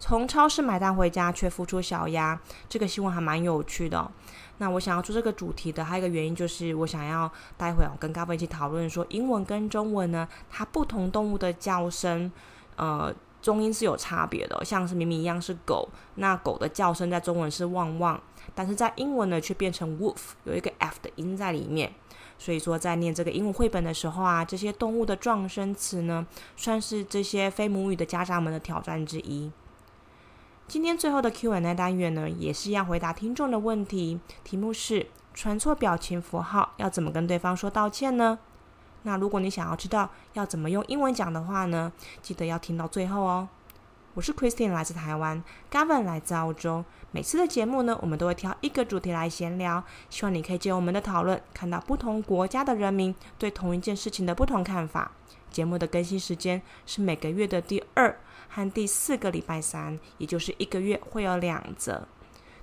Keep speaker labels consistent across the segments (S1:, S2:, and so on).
S1: 从超市买蛋回家却孵出小鸭，这个新闻还蛮有趣的哦、那我想要做这个主题的，还有一个原因就是我想要待会我哦跟高飞一起讨论说，英文跟中文呢，它不同动物的叫声，呃，中音是有差别的哦、像是明明一样是狗，那狗的叫声在中文是汪汪，但是在英文呢却变成 woof，有一个 f 的音在里面。所以说，在念这个英文绘本的时候啊，这些动物的撞声词呢，算是这些非母语的家长们的挑战之一。今天最后的 Q&A 单元呢，也是要回答听众的问题，题目是传错表情符号要怎么跟对方说道歉呢？那如果你想要知道要怎么用英文讲的话呢，记得要听到最后哦。我是 Christine，来自台湾，Gavin 来自澳洲。每次的节目呢，我们都会挑一个主题来闲聊，希望你可以借由我们的讨论，看到不同国家的人民对同一件事情的不同看法。节目的更新时间是每个月的第二和第四个礼拜三，也就是一个月会有两则。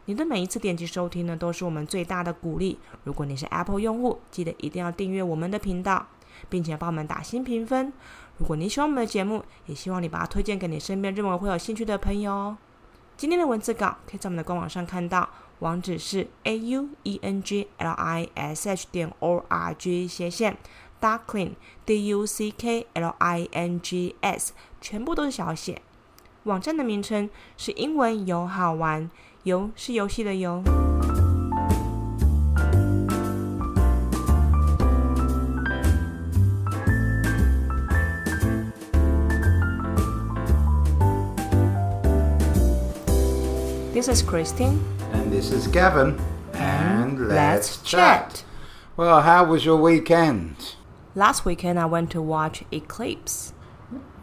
S1: 你的每一次点击收听呢，都是我们最大的鼓励。如果你是 Apple 用户，记得一定要订阅我们的频道，并且帮我们打新评分。如果你喜欢我们的节目，也希望你把它推荐给你身边认为会有兴趣的朋友哦。今天的文字稿可以在我们的官网上看到，网址是 a u e n g l i s h 点 o r g 斜线 duckling d u c k l i n g s，全部都是小写。网站的名称是英文游好玩，游是游戏的游。This is Christine.
S2: And this is Gavin. And
S1: Let's chat.
S2: Well, how was your weekend?
S1: Last weekend I went to watch Eclipse.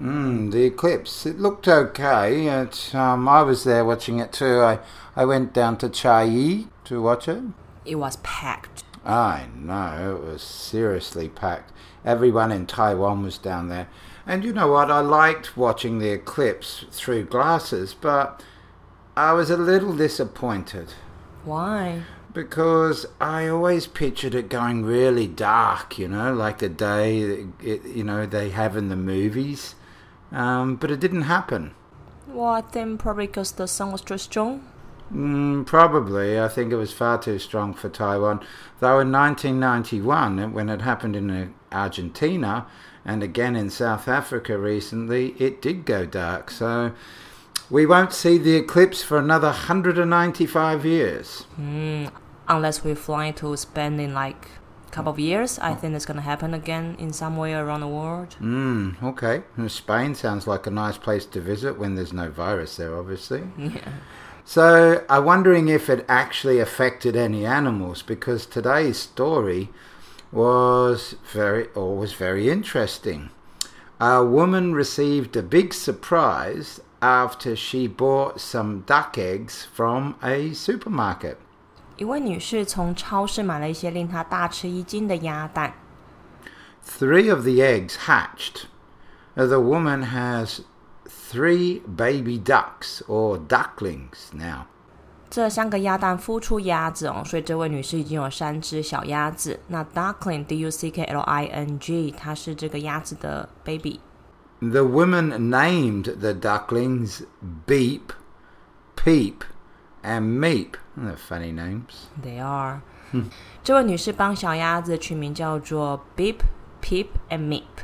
S2: Mm, the eclipse. It looked okay. It, um, I was there watching it too. I, I went down to Chai to watch it.
S1: It was packed.
S2: I know, it was seriously packed. Everyone in Taiwan was down there. And you know what? I liked watching the eclipse through glasses, but I was a little disappointed.
S1: Why?
S2: because I always pictured it going really dark, you know, like the day that it, you know they have in the movies. Um, but it didn't happen.
S1: Well, I think probably because the sun was too strong.
S2: Mm, probably, I think it was far too strong for Taiwan. Though in 1991, when it happened in uh, Argentina and again in South Africa recently, it did go dark. So we won't see the eclipse for another 195 years.
S1: Unless we fly to Spain in like a couple of years, I think it's gonna happen again in some way around the world.
S2: Mm, okay. Well, Spain sounds like a nice place to visit when there's no virus there, obviously.
S1: Yeah.
S2: So I'm wondering if it actually affected any animals because today's story was very or was very interesting. A woman received a big surprise after she bought some duck eggs from a supermarket.
S1: 一位女士从超市买了一些令她大吃一惊的鸭蛋。
S2: Three of the eggs hatched. Uh, The woman has three baby ducks or ducklings now.
S1: 这三个鸭蛋孵出鸭子哦，所以这位女士已经有三只小鸭子。那 duckling d u c k l i n g，它是这个鸭子的 baby。
S2: The woman named the ducklings Beep, Peep, and Meep. They're funny names.
S1: They are。这位女士帮小鸭子取名叫做 Beep、Peep and Meep。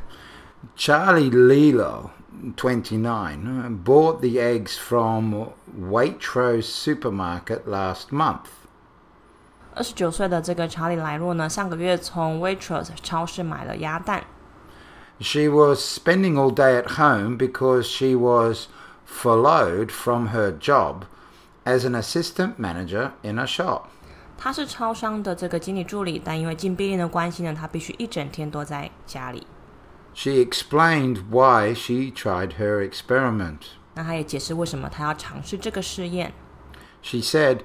S2: Charlie Lilo, 29, uh, bought the eggs from Waitrose supermarket last month.
S1: 二十九岁的这个查理莱洛呢，上个月从 Waitrose 超市买了鸭蛋。
S2: She was spending all day at home because she was furloughed from her job as an assistant manager in a shop.
S1: 她是超商的这个经理助理，但因为禁闭令的关系呢，她必须一整天都在家里。
S2: She explained why she tried her experiment.
S1: 那她也解释为什么她要尝试这个试验。
S2: She said,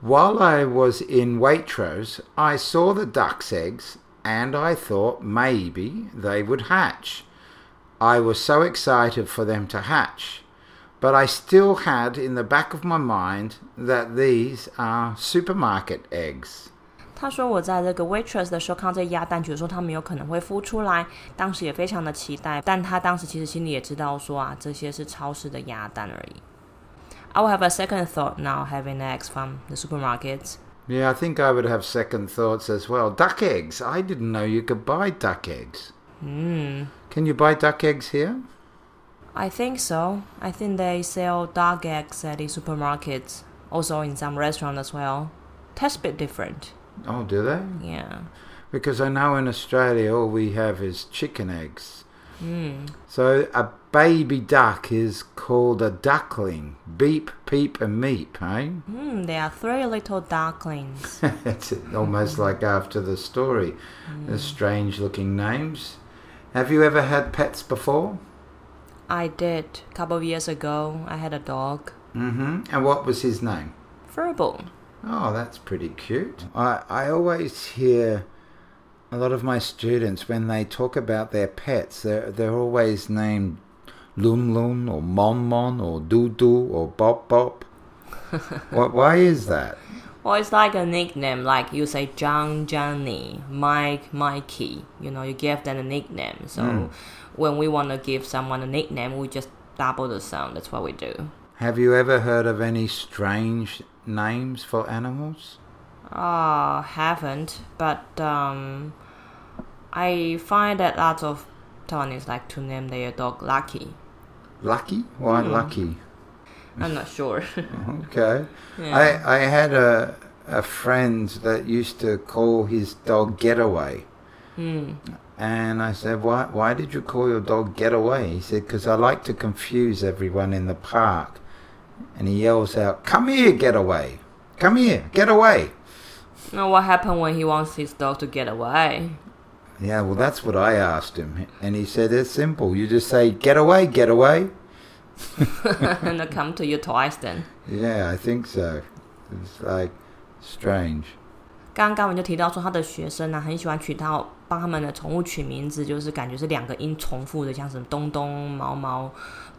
S2: While I was in Waitrose, I saw the duck's eggs and I thought maybe they would hatch. I was so excited for them to hatch, but I still had in the back of my mind that these are supermarket eggs.
S1: 她说：“我在这个 waitress 的时候看到这鸭蛋，觉得说它们有可能会孵出来，当时也非常的期待。但她当时其实心里也知道说啊，这些是超市的鸭蛋而已。 I will have a second thought now having eggs from the supermarket.
S2: Yeah, I think I would have second thoughts as well. Duck eggs. I didn't know you could buy duck eggs.
S1: Mm,
S2: Can you buy duck eggs here?
S1: I think so. I think they sell dark eggs at the supermarket, also in some restaurant as well. Tastes a bit different.
S2: Oh, do they?
S1: Yeah.
S2: Because I know in Australia all we have is chicken eggs.
S1: Mm.
S2: So a baby duck is called a duckling. Beep, peep, and meep, eh?
S1: Mm, there are three little ducklings.
S2: it's almost like after the story. The strange looking names. Have you ever had pets before?
S1: I did. A couple of years ago, I had a dog.
S2: hmm And what was his name?
S1: Verbal.
S2: Oh, that's pretty cute. I, I always hear a lot of my students when they talk about their pets, they're, they're always named Lum Lum or Mon Mon or Doo Doo or Bop Bop. Why- why is that?
S1: Well, it's like a nickname, like you say John, Johnny, Mike, Mikey. You know, you give them a nickname. So when we want to give someone a nickname, we just double the sound. That's what we do.
S2: Have you ever heard of any strange names for animals?
S1: Uh, haven't, but um, I find that lots of Taiwanese like to name their dog Lucky.
S2: Lucky? Why lucky?
S1: I'm not sure.
S2: Okay.
S1: Yeah.
S2: I, I had a, a friend that used to call his dog Getaway.
S1: Hmm.
S2: And I said, why, why did you call your dog Getaway? He said, because I like to confuse everyone in the park. And he yells out, come here, Getaway. Come here, get away.
S1: Now, what happened when he wants his dog to get away?
S2: Yeah, well, that's what I asked him. And he said, it's simple. You just say, get away, get away.
S1: and they come to you twice then.
S2: Yeah, I think so. It's like strange.
S1: 刚刚我们就提到说，他的学生呢、很喜欢取到帮他们的宠物取名字，就是感觉是两个音重复的，像什么东东、毛毛、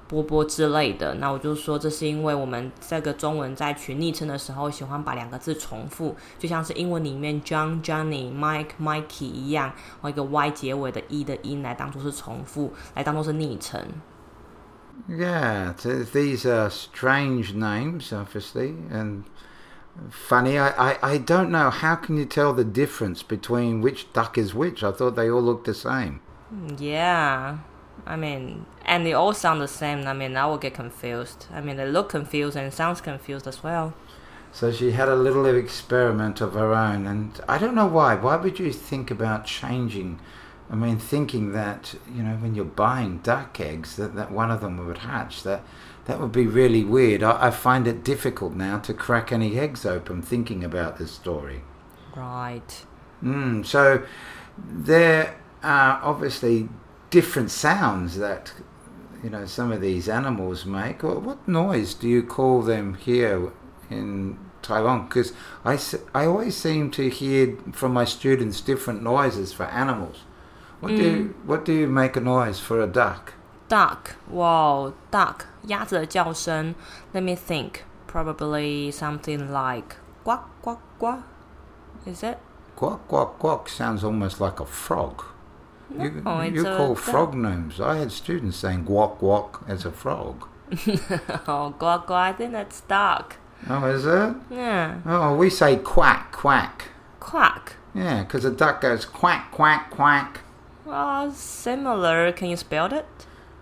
S1: 波波之类的。那我就说，这是因为我们这个中文在取昵称的时候，喜欢把两个字重复，就像是英文里面 John、Johnny、Mike、Mikey 一样，或一个 Y 结尾的 E 的音来当做是重复，来当做是昵称。
S2: Yeah, so these are strange names, obviously, and funny. I, I, I don't know. How can you tell the difference between which duck is which? I thought they all looked the same.
S1: Yeah. I 嗯 mean, and they all sound the same. I mean, I will get confused. I mean, they look confused and sounds confused as well.
S2: So she had a little experiment of her own, and I don't know why. Why would you think about changing? I mean, thinking that you know when you're buying duck eggs, that, that one of them would hatch. That that would be really weird. I, I find it difficult now to crack any eggs open thinking about this story.
S1: Right.
S2: Mm, so there are obviously different sounds that you know some of these animals make. What, what noise do you call them here in Taiwan? Because I, se- I always seem to hear from my students different noises for animals. What do you,
S1: Mm.
S2: what do you make a noise for a duck?
S1: Duck. Wow. Duck. 鸭子的叫声。Let me think. Probably something like quack quack quack. Is it?
S2: Quack quack quack sounds almost like a frog. You,
S1: No, it's
S2: you
S1: a
S2: call
S1: duck.
S2: frog names. I had students saying guac guac as a frog.
S1: oh, quack quack. I think that's duck.
S2: Oh, is it?
S1: Yeah.
S2: Oh, we say quack, quack.
S1: Quack.
S2: Yeah, 'cause a duck goes quack, quack, quack.
S1: Uh, similar. Can you spell it?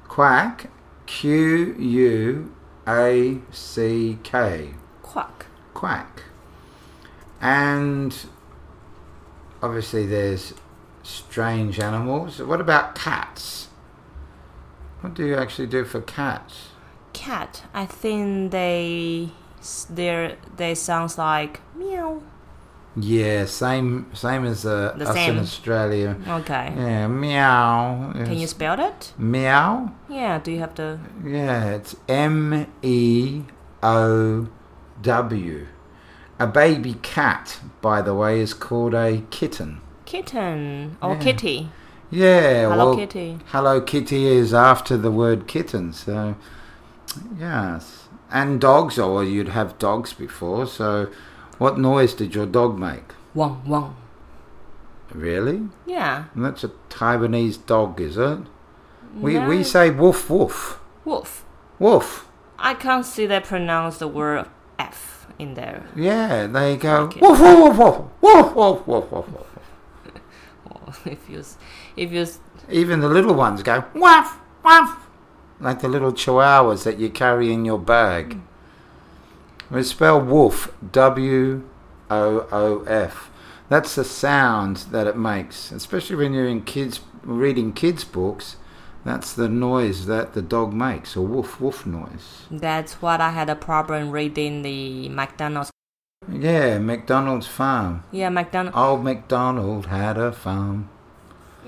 S2: Quack, Q U A C K.
S1: Quack.
S2: Quack. And obviously there's strange animals. What about cats? What do you actually do for cats?
S1: Cat. I think they they they sounds like meow.
S2: Yeah, same same as uh,
S1: The
S2: us
S1: same.
S2: in Australia.
S1: Okay.
S2: Yeah, meow.
S1: Can you spell it?
S2: meow?
S1: Yeah. Do you have the
S2: Yeah, it's M E O W. A baby cat, by the way, is called a kitten.
S1: kitten or
S2: Yeah.
S1: kitty?
S2: Yeah,
S1: Hello
S2: well,
S1: kitty.
S2: Hello Kitty is after the word kitten, so yes. And dogs, or you'd have dogs before. So, what noise did your dog make?
S1: Wong wong.
S2: Really?
S1: Yeah.
S2: And that's a Taiwanese dog, is it? We we
S1: No.
S2: say woof woof
S1: Wolf.
S2: woof.
S1: I can't see they pronounce the word F in there.
S2: Yeah, they go
S1: Okay.
S2: woof woof woof woof woof woof woof woof woof.
S1: Or if you, s- if you, s-
S2: Even the little ones go waff waff, like the little chihuahuas that you carry in your bag. We spell woof, W O O F. That's the sound that it makes, especially when you're in kids reading kids books. That's the noise that the dog makes, a woof woof noise.
S1: that's what I had a problem reading the McDonald's.
S2: Yeah, McDonald's farm.
S1: Yeah, McDonald's.
S2: Old MacDonald had a farm.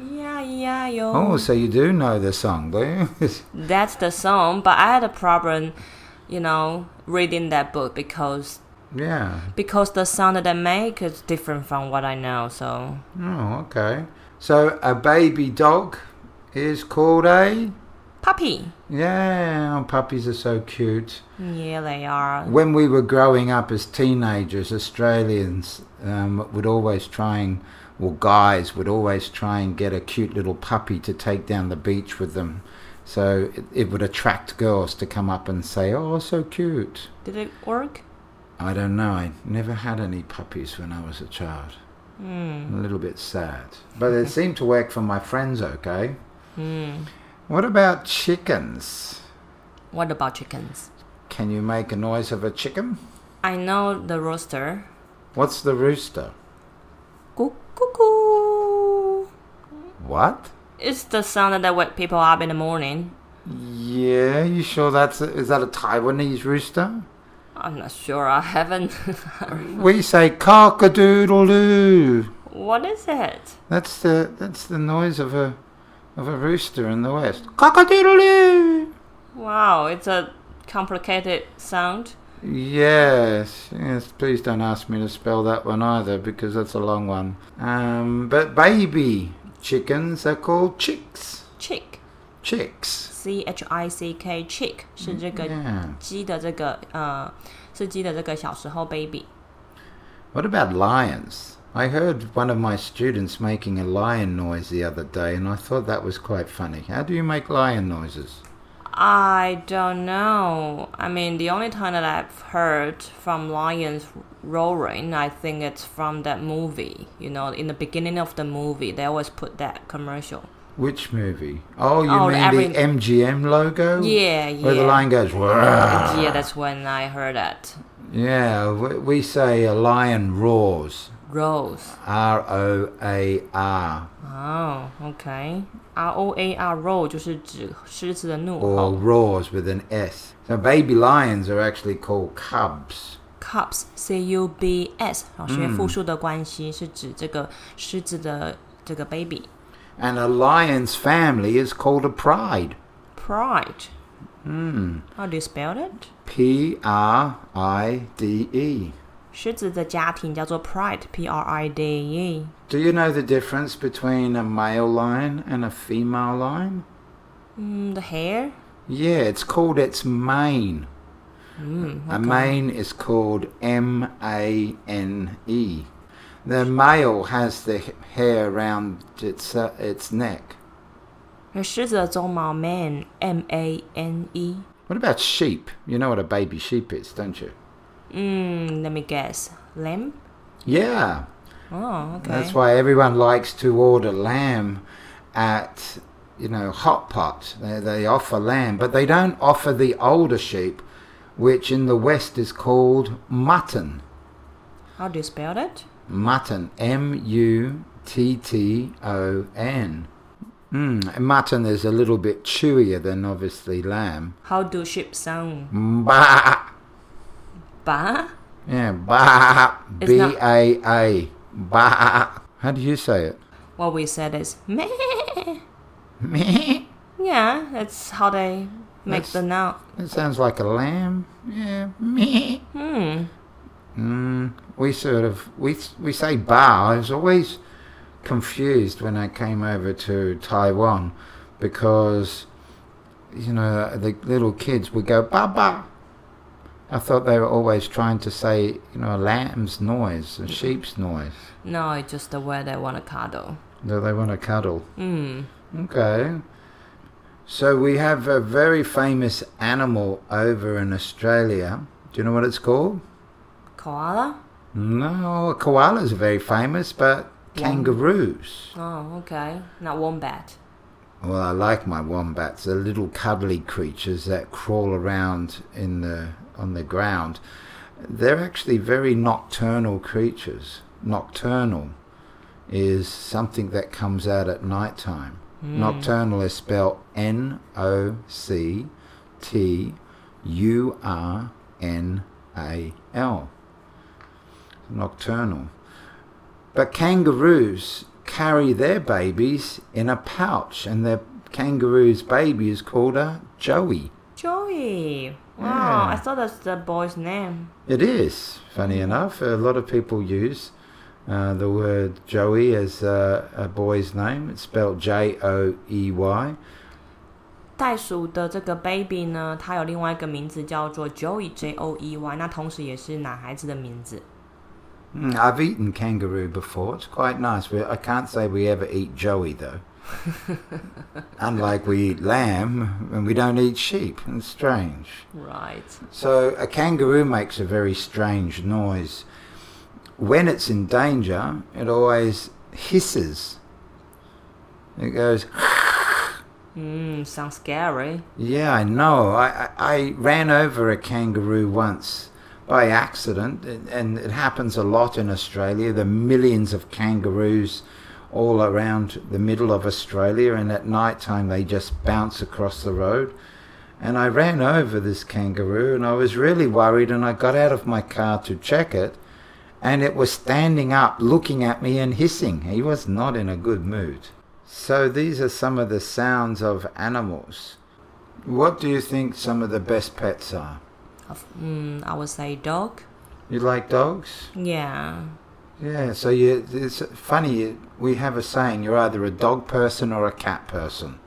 S1: Yeah, yeah, yo.
S2: Oh, so you do know the song, do you?
S1: That's the song, but I had a problem, you know, reading that book because
S2: yeah.
S1: because the sound that they make is different from what I know. So
S2: Oh, okay. So a baby dog is called a.
S1: puppy.
S2: Yeah, puppies are so cute.
S1: Yeah, they are.
S2: When we were growing up as teenagers, Australians um, would always try and, well, guys would always try and get a cute little puppy to take down the beach with them. So it, it would attract girls to come up and say, "Oh, so cute."
S1: Did it work?
S2: I don't know. I never had any puppies when I was a child.
S1: Hmm.
S2: A little bit sad. But it seemed to work for my friends, okay?
S1: Hmm.
S2: What about chickens?
S1: What about chickens?
S2: Can you make a noise of a chicken?
S1: I know the rooster.
S2: What's the rooster?
S1: Coo coo coo.
S2: What?
S1: It's the sound that wake people up in the morning.
S2: Yeah, you sure that's a, is that a Taiwanese rooster?
S1: I'm not sure. I haven't.
S2: We say cock a doodle doo.
S1: what is it?
S2: That's the that's the noise of a of a rooster in the west. Cock a doodle doo.
S1: Wow, it's a complicated sound.
S2: Yes, yes. Please don't ask me to spell that one either because that's a long one. Um, but baby chickens are called chicks.
S1: Chick.
S2: Chicks.
S1: C H I C K chick 是这个
S2: Yeah.
S1: 鸡的这个呃，是鸡的这个小时候 baby。
S2: What about lions? I heard one of my students making a lion noise the other day, and I thought that was quite funny. How do you make lion noises?
S1: I don't know. I mean, the only time that I've heard from lions roaring, I think it's from that movie. You know, in the beginning of the movie, they always put that commercial.
S2: Which movie? Oh, you
S1: Oh,
S2: mean
S1: every-
S2: the MGM logo?
S1: Yeah, yeah.
S2: Where the lion goes. "Roar."
S1: Yeah, that's when I heard that.
S2: Yeah, we, we say a lion roars.
S1: Rose.
S2: R O A R.
S1: Oh, okay. R O A R roar 就是指狮子的怒
S2: Or
S1: 吼。
S2: roars with an S. So baby lions are actually called cubs.
S1: Cubs, C U B S，然后是因为复数的关系，是指这个狮子的这个 baby。
S2: And a lion's family is called a pride.
S1: Pride. Hmm. How do you spell it?
S2: P R I D E.
S1: 狮子的家庭叫做 Pride, P R I D E。
S2: Do you know the difference between a male lion and a female lion?
S1: 嗯，the Hmm, hair.
S2: Yeah, it's called its mane. A mane is called M A N E. The male has the h- hair around its uh, its neck.
S1: 那狮子的鬃毛 man, M A N E.
S2: What about sheep? You know what a baby sheep is, don't you?
S1: 嗯，Let Hmm, me guess, lamb.
S2: Yeah,
S1: Oh, okay.
S2: that's why everyone likes to order lamb at you know hot pot. They, they offer lamb, but they don't offer the older sheep, which in the West is called mutton.
S1: How do you spell it?
S2: Mutton. M U T T O N. Mm, mutton is a little bit chewier than obviously lamb.
S1: How do sheep sound?
S2: Bah.
S1: Ba?
S2: Yeah, bah.
S1: It's
S2: B
S1: not-
S2: A A. Bah. How do you say it?
S1: What we said is meh.
S2: Meh.
S1: Yeah, that's how they make the noun.
S2: That sounds like a lamb. Yeah, meh.
S1: Hmm.
S2: Mm, we sort of we we say bar. I was always confused when I came over to Taiwan because you know the little kids would go ba ba. I thought they were always trying to say you know a lamb's noise, a sheep's noise.
S1: No, it's just the way they want to cuddle. Hmm.
S2: Do they want to cuddle?
S1: Mm.
S2: Okay. So we have a very famous animal over in Australia. Do you know what it's called?
S1: Koala?
S2: No, koalas are very famous, but kangaroos.
S1: Oh, okay. Not wombat.
S2: Well, I like my wombats. They're little cuddly creatures that crawl around in the on the ground. They're actually very nocturnal creatures. Nocturnal is something that comes out at night time. Nocturnal is spelled N O C T U R N A L. Nocturnal. But kangaroos carry their babies in a pouch, and their kangaroo's baby is called a joey.
S1: Joey. Wow, I thought that's the boy's name.
S2: It is, funny enough. A lot of people use uh, the word joey as uh, a boy's name. It's spelled J O E Y.
S1: 袋鼠的这个 baby 呢，它有另外一个名字叫做 Joey J O E Y，那同时也是男孩子的名字。
S2: Mm, I've eaten kangaroo before. It's quite nice. We, I can't say we ever eat joey, though. Unlike we eat lamb and we don't eat sheep. It's strange.
S1: Right.
S2: So a kangaroo makes a very strange noise. When it's in danger, it always hisses. It goes,
S1: Hmm, sounds scary.
S2: yeah, I know. I, I, I ran over a kangaroo once by accident, and- and it happens a lot in Australia. There are millions of kangaroos all around the middle of Australia, and at night time they just bounce across the road. And I ran over this kangaroo, and I was really worried, and I got out of my car to check it, and it was standing up, looking at me and hissing. He was not in a good mood. So these are some of the sounds of animals. What do you think some of the best pets are?
S1: Of- Hmm, I would say dog.
S2: You like dogs?
S1: Yeah.
S2: Yeah, so you, it's funny, you- we have a saying, you're either a dog person or a cat person.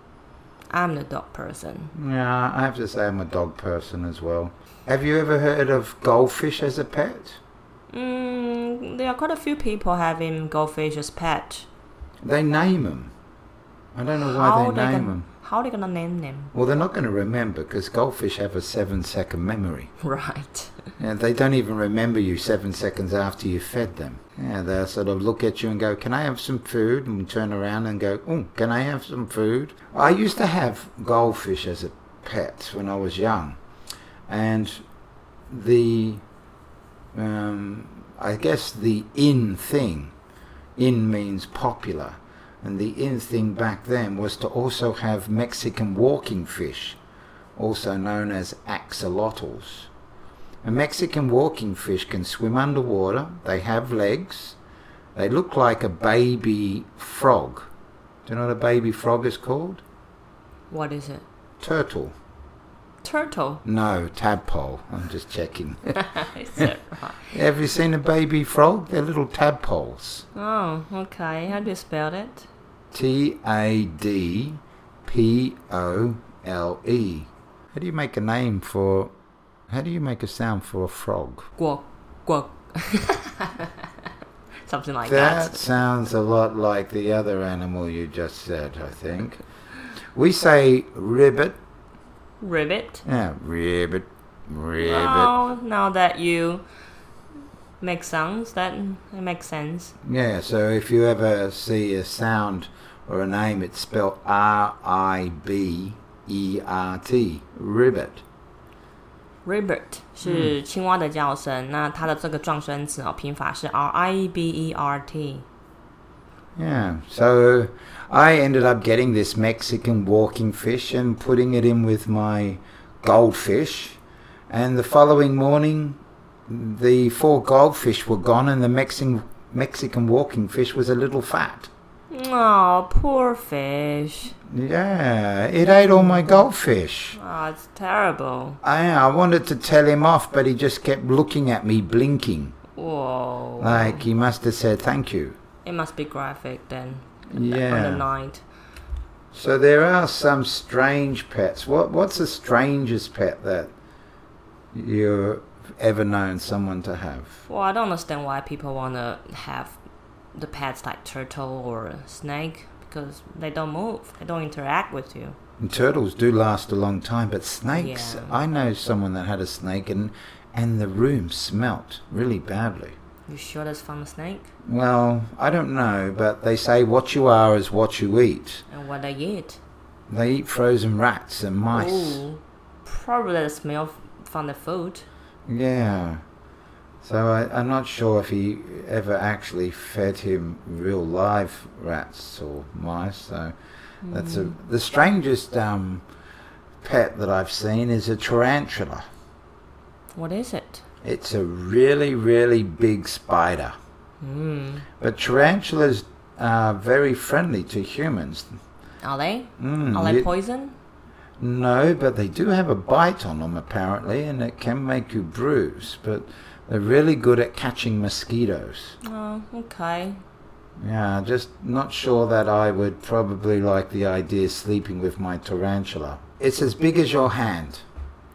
S1: I'm the dog person.
S2: Yeah, I have to say I'm a dog person as well. Have you ever heard of goldfish as a pet?
S1: Mm, there are quite a few people having goldfish as pet.
S2: They name them. I don't know why
S1: How
S2: they name
S1: Oh, gonna,
S2: them.
S1: How they gonna name them?
S2: Well, they're not going to remember because goldfish have a seven second memory.
S1: Right.
S2: Yeah, they don't even remember you seven seconds after you fed them. Yeah, they'll sort of look at you and go, Can I have some food? And turn around and go, Oh, can I have some food? I used to have goldfish as a pet when I was young. And the, um, I guess the in thing, in means popular. And the in thing back then was to also have Mexican walking fish, also known as axolotls. A Mexican walking fish can swim underwater. They have legs. They look like a baby frog. Do you know what a baby frog is called?
S1: What is it?
S2: Turtle.
S1: Turtle.
S2: No, tadpole. I'm just checking.
S1: Is it right?
S2: Have you seen a baby frog? They're little tadpoles.
S1: Oh, okay. How do you spell it?
S2: T A D P O L E. How do you make a name for. How do you make a sound for a frog?
S1: Guok, guok. Something like
S2: That
S1: that.
S2: sounds a lot like the other animal you just said, I think. We say ribbit.
S1: Ribbit.
S2: Yeah, ribbit, ribbit.
S1: Oh, now that you make sounds, that it makes sense.
S2: Yeah, so if you ever see a sound or a name, it's spelled R I B E R T, ribbit.
S1: Ribbit 是青蛙的叫声，那它的这个撞声词哦，拼法是 R I B E R T。
S2: Yeah, so I ended up getting this Mexican walking fish and putting it in with my goldfish. And the following morning, the four goldfish were gone, and the Mexican Mexican walking fish was a little fat.
S1: Oh, poor fish.
S2: Yeah, it ate all my goldfish.
S1: Oh, it's terrible.
S2: I, I wanted to tell him off, but he just kept looking at me, blinking,
S1: Whoa.
S2: like he must have said thank you.
S1: It must be graphic then. On the
S2: Yeah.
S1: night.
S2: So there are some strange pets. What what's the strangest pet that you've ever known someone to have?
S1: Well, I don't understand why people want to have the pets like turtle or snake because they don't move, they don't interact with you.
S2: And turtles do last a long time, but snakes,
S1: Yeah.
S2: I know someone that had a snake and, and the room smelt really badly.
S1: You sure that's from a snake?
S2: Well, I don't know, but they say what you are is what you eat.
S1: And what I eat?
S2: They eat frozen rats and mice.
S1: Ooh, probably the smell f- from the food.
S2: Yeah. So I, I'm not sure if he ever actually fed him real live rats or mice. So that's a, the strangest um, pet that I've seen is a tarantula.
S1: What is it?
S2: It's a really, really big spider.
S1: Hmm.
S2: But tarantulas are very friendly to humans.
S1: Are they?
S2: Mm,
S1: Are Oh, they
S2: you-
S1: poison?
S2: No, but they do have a bite on them apparently, and it can make you bruise. But they're really good at catching mosquitoes.
S1: Oh, okay.
S2: Yeah, just not sure that I would probably like the idea sleeping with my tarantula. It's as big as your hand,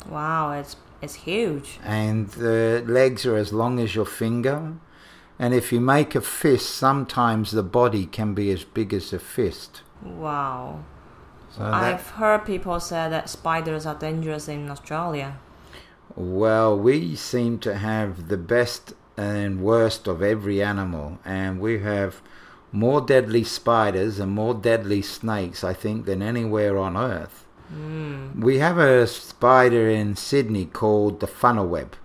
S1: Wow, it's it's huge.
S2: and the legs are as long as your finger. And if you make a fist, sometimes the body can be as big as a fist.
S1: Wow.
S2: So that,
S1: I've heard people say that spiders are dangerous in Australia.
S2: well, we seem to have the best and worst of every animal, and we have more deadly spiders and more deadly snakes, I think, than anywhere on earth.
S1: Hmm.
S2: We have a spider in Sydney called the funnel web,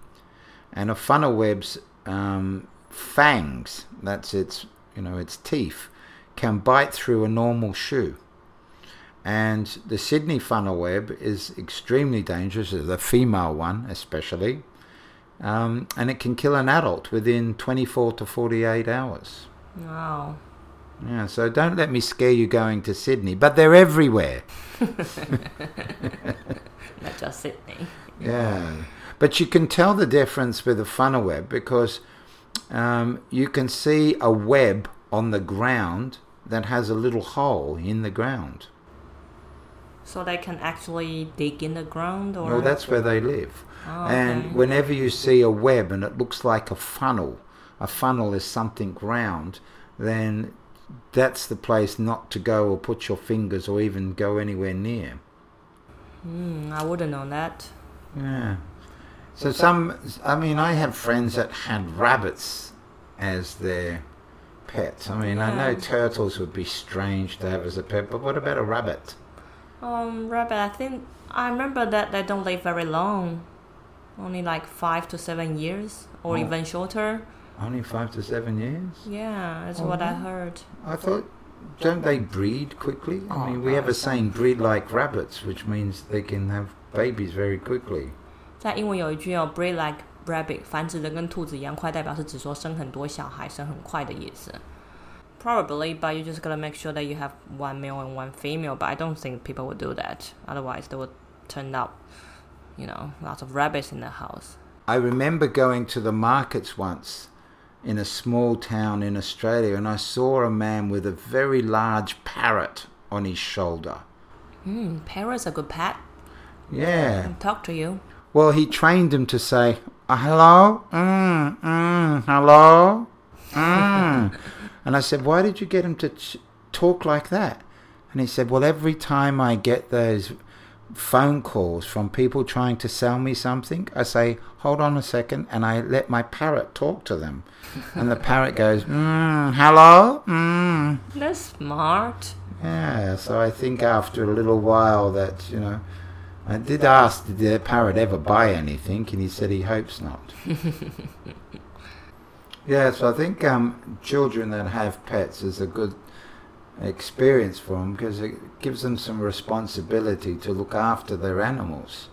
S2: and a funnel web's um, fangs, that's its, you know, its teeth, can bite through a normal shoe. And the Sydney funnel web is extremely dangerous, the female one especially, um, and it can kill an adult within 24 to 48 hours.
S1: Wow.
S2: Yeah, so don't let me scare you going to Sydney, but they're everywhere.
S1: Not just Sydney.
S2: Yeah. But you can tell the difference with a funnel web because um, you can see a web on the ground that has a little hole in the ground.
S1: So they can actually dig in the ground or
S2: Well, that's where they live.
S1: Oh, okay.
S2: And whenever you see a web and it looks like a funnel, a funnel is something round, then that's the place not to go or put your fingers or even go anywhere near.
S1: Hmm, I wouldn't know that.
S2: Yeah. So some, I mean, I have friends that had rabbits as their pets. I mean, I know
S1: Yeah.
S2: turtles would be strange to have as a pet, but what about a rabbit?
S1: Um, rabbit, I think I remember that they don't live very long. Only like five to seven years or
S2: Oh.
S1: even shorter.
S2: Only five to seven years?
S1: Yeah, that's
S2: Oh,
S1: what I
S2: really?
S1: heard.
S2: I thought, don't they breed quickly?
S1: Oh,
S2: I mean, we
S1: no,
S2: have a
S1: it's
S2: saying, breed like rabbits, which means they can have babies very quickly.
S1: 在英文有一句哦，breed like rabbit，繁殖的跟兔子一样快，代表是指说生很多小孩、生很快的意思。Probably, but you just gotta make sure that you have one male and one female. But I don't think people would do that. Otherwise, they would turn out, you know, lots of rabbits in the house.
S2: I remember going to the markets once in a small town in Australia and I saw a man with a very large parrot on his shoulder.
S1: Hmm, parrots are good pet.
S2: Yeah.
S1: Can talk to you.
S2: Well, he trained him to say, "Uh, hello, mm, mm, hello, mm. and I said, why did you get him to ch- talk like that? And he said, well, every time I get those phone calls from people trying to sell me something, I say, hold on a second, and I let my parrot talk to them. And the parrot goes, mm, hello, mm.
S1: That's smart.
S2: Yeah, so I think after a little while that, you know, I did ask, did the parrot ever buy anything? And he said he hopes not. yeah, so I think um, children that have pets is a good experience for them because it gives them some responsibility to look after their animals.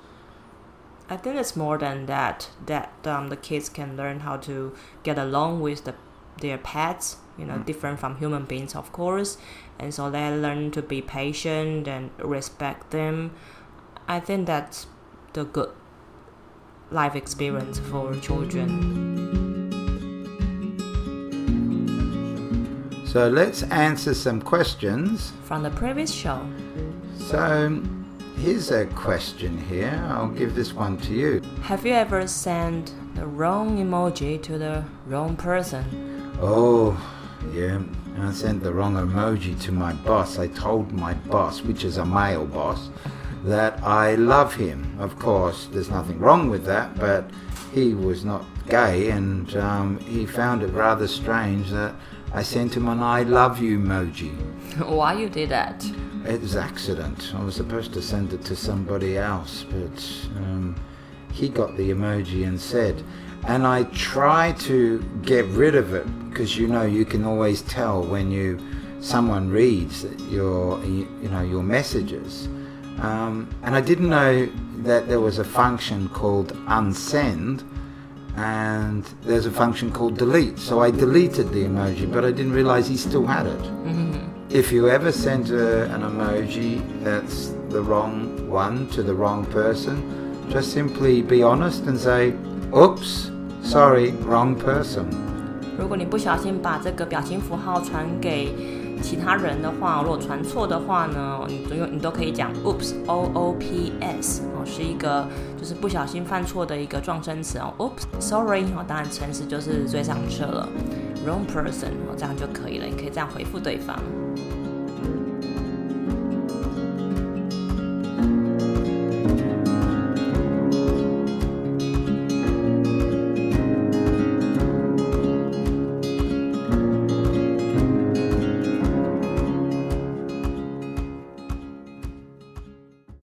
S1: I think it's more than that. That um, the kids can learn how to get along with the, their pets. You know, different from human beings, of course, and so they learn to be patient and respect them. I think that's the good life experience for children.
S2: So let's answer some questions.
S1: From the previous show,
S2: So here's a question here. I'll give this one to you.
S1: have you ever sent the wrong emoji to the wrong person?
S2: Oh, Yeah, I sent the wrong emoji to my boss. I told my boss, which is a male boss, that I love him. Of course, there's nothing wrong with that, but he was not gay and um, he found it rather strange that I sent him an I love you emoji.
S1: Why you did that?
S2: It was accident. I was supposed to send it to somebody else, but um, he got the emoji and said, and I try to get rid of it because you know you can always tell when you someone reads your you you know your messages. Um, and I didn't know that there was a function called unsend, and there's a function called delete. So I deleted the emoji, but I didn't realize he still had it. If you ever send a, an emoji that's the wrong one to the wrong person, just simply be honest and say, oops, sorry, wrong person.
S1: 如果你不小心把这个表情符号传给其他人的话，如果传错的话呢，你总有你都可以讲 oops，o o p s，哦，是一个就是不小心犯错的一个撞声词哦，oops，sorry，哦，当然诚实就是追上车了，wrong person，哦，这样就可以了，你可以这样回复对方。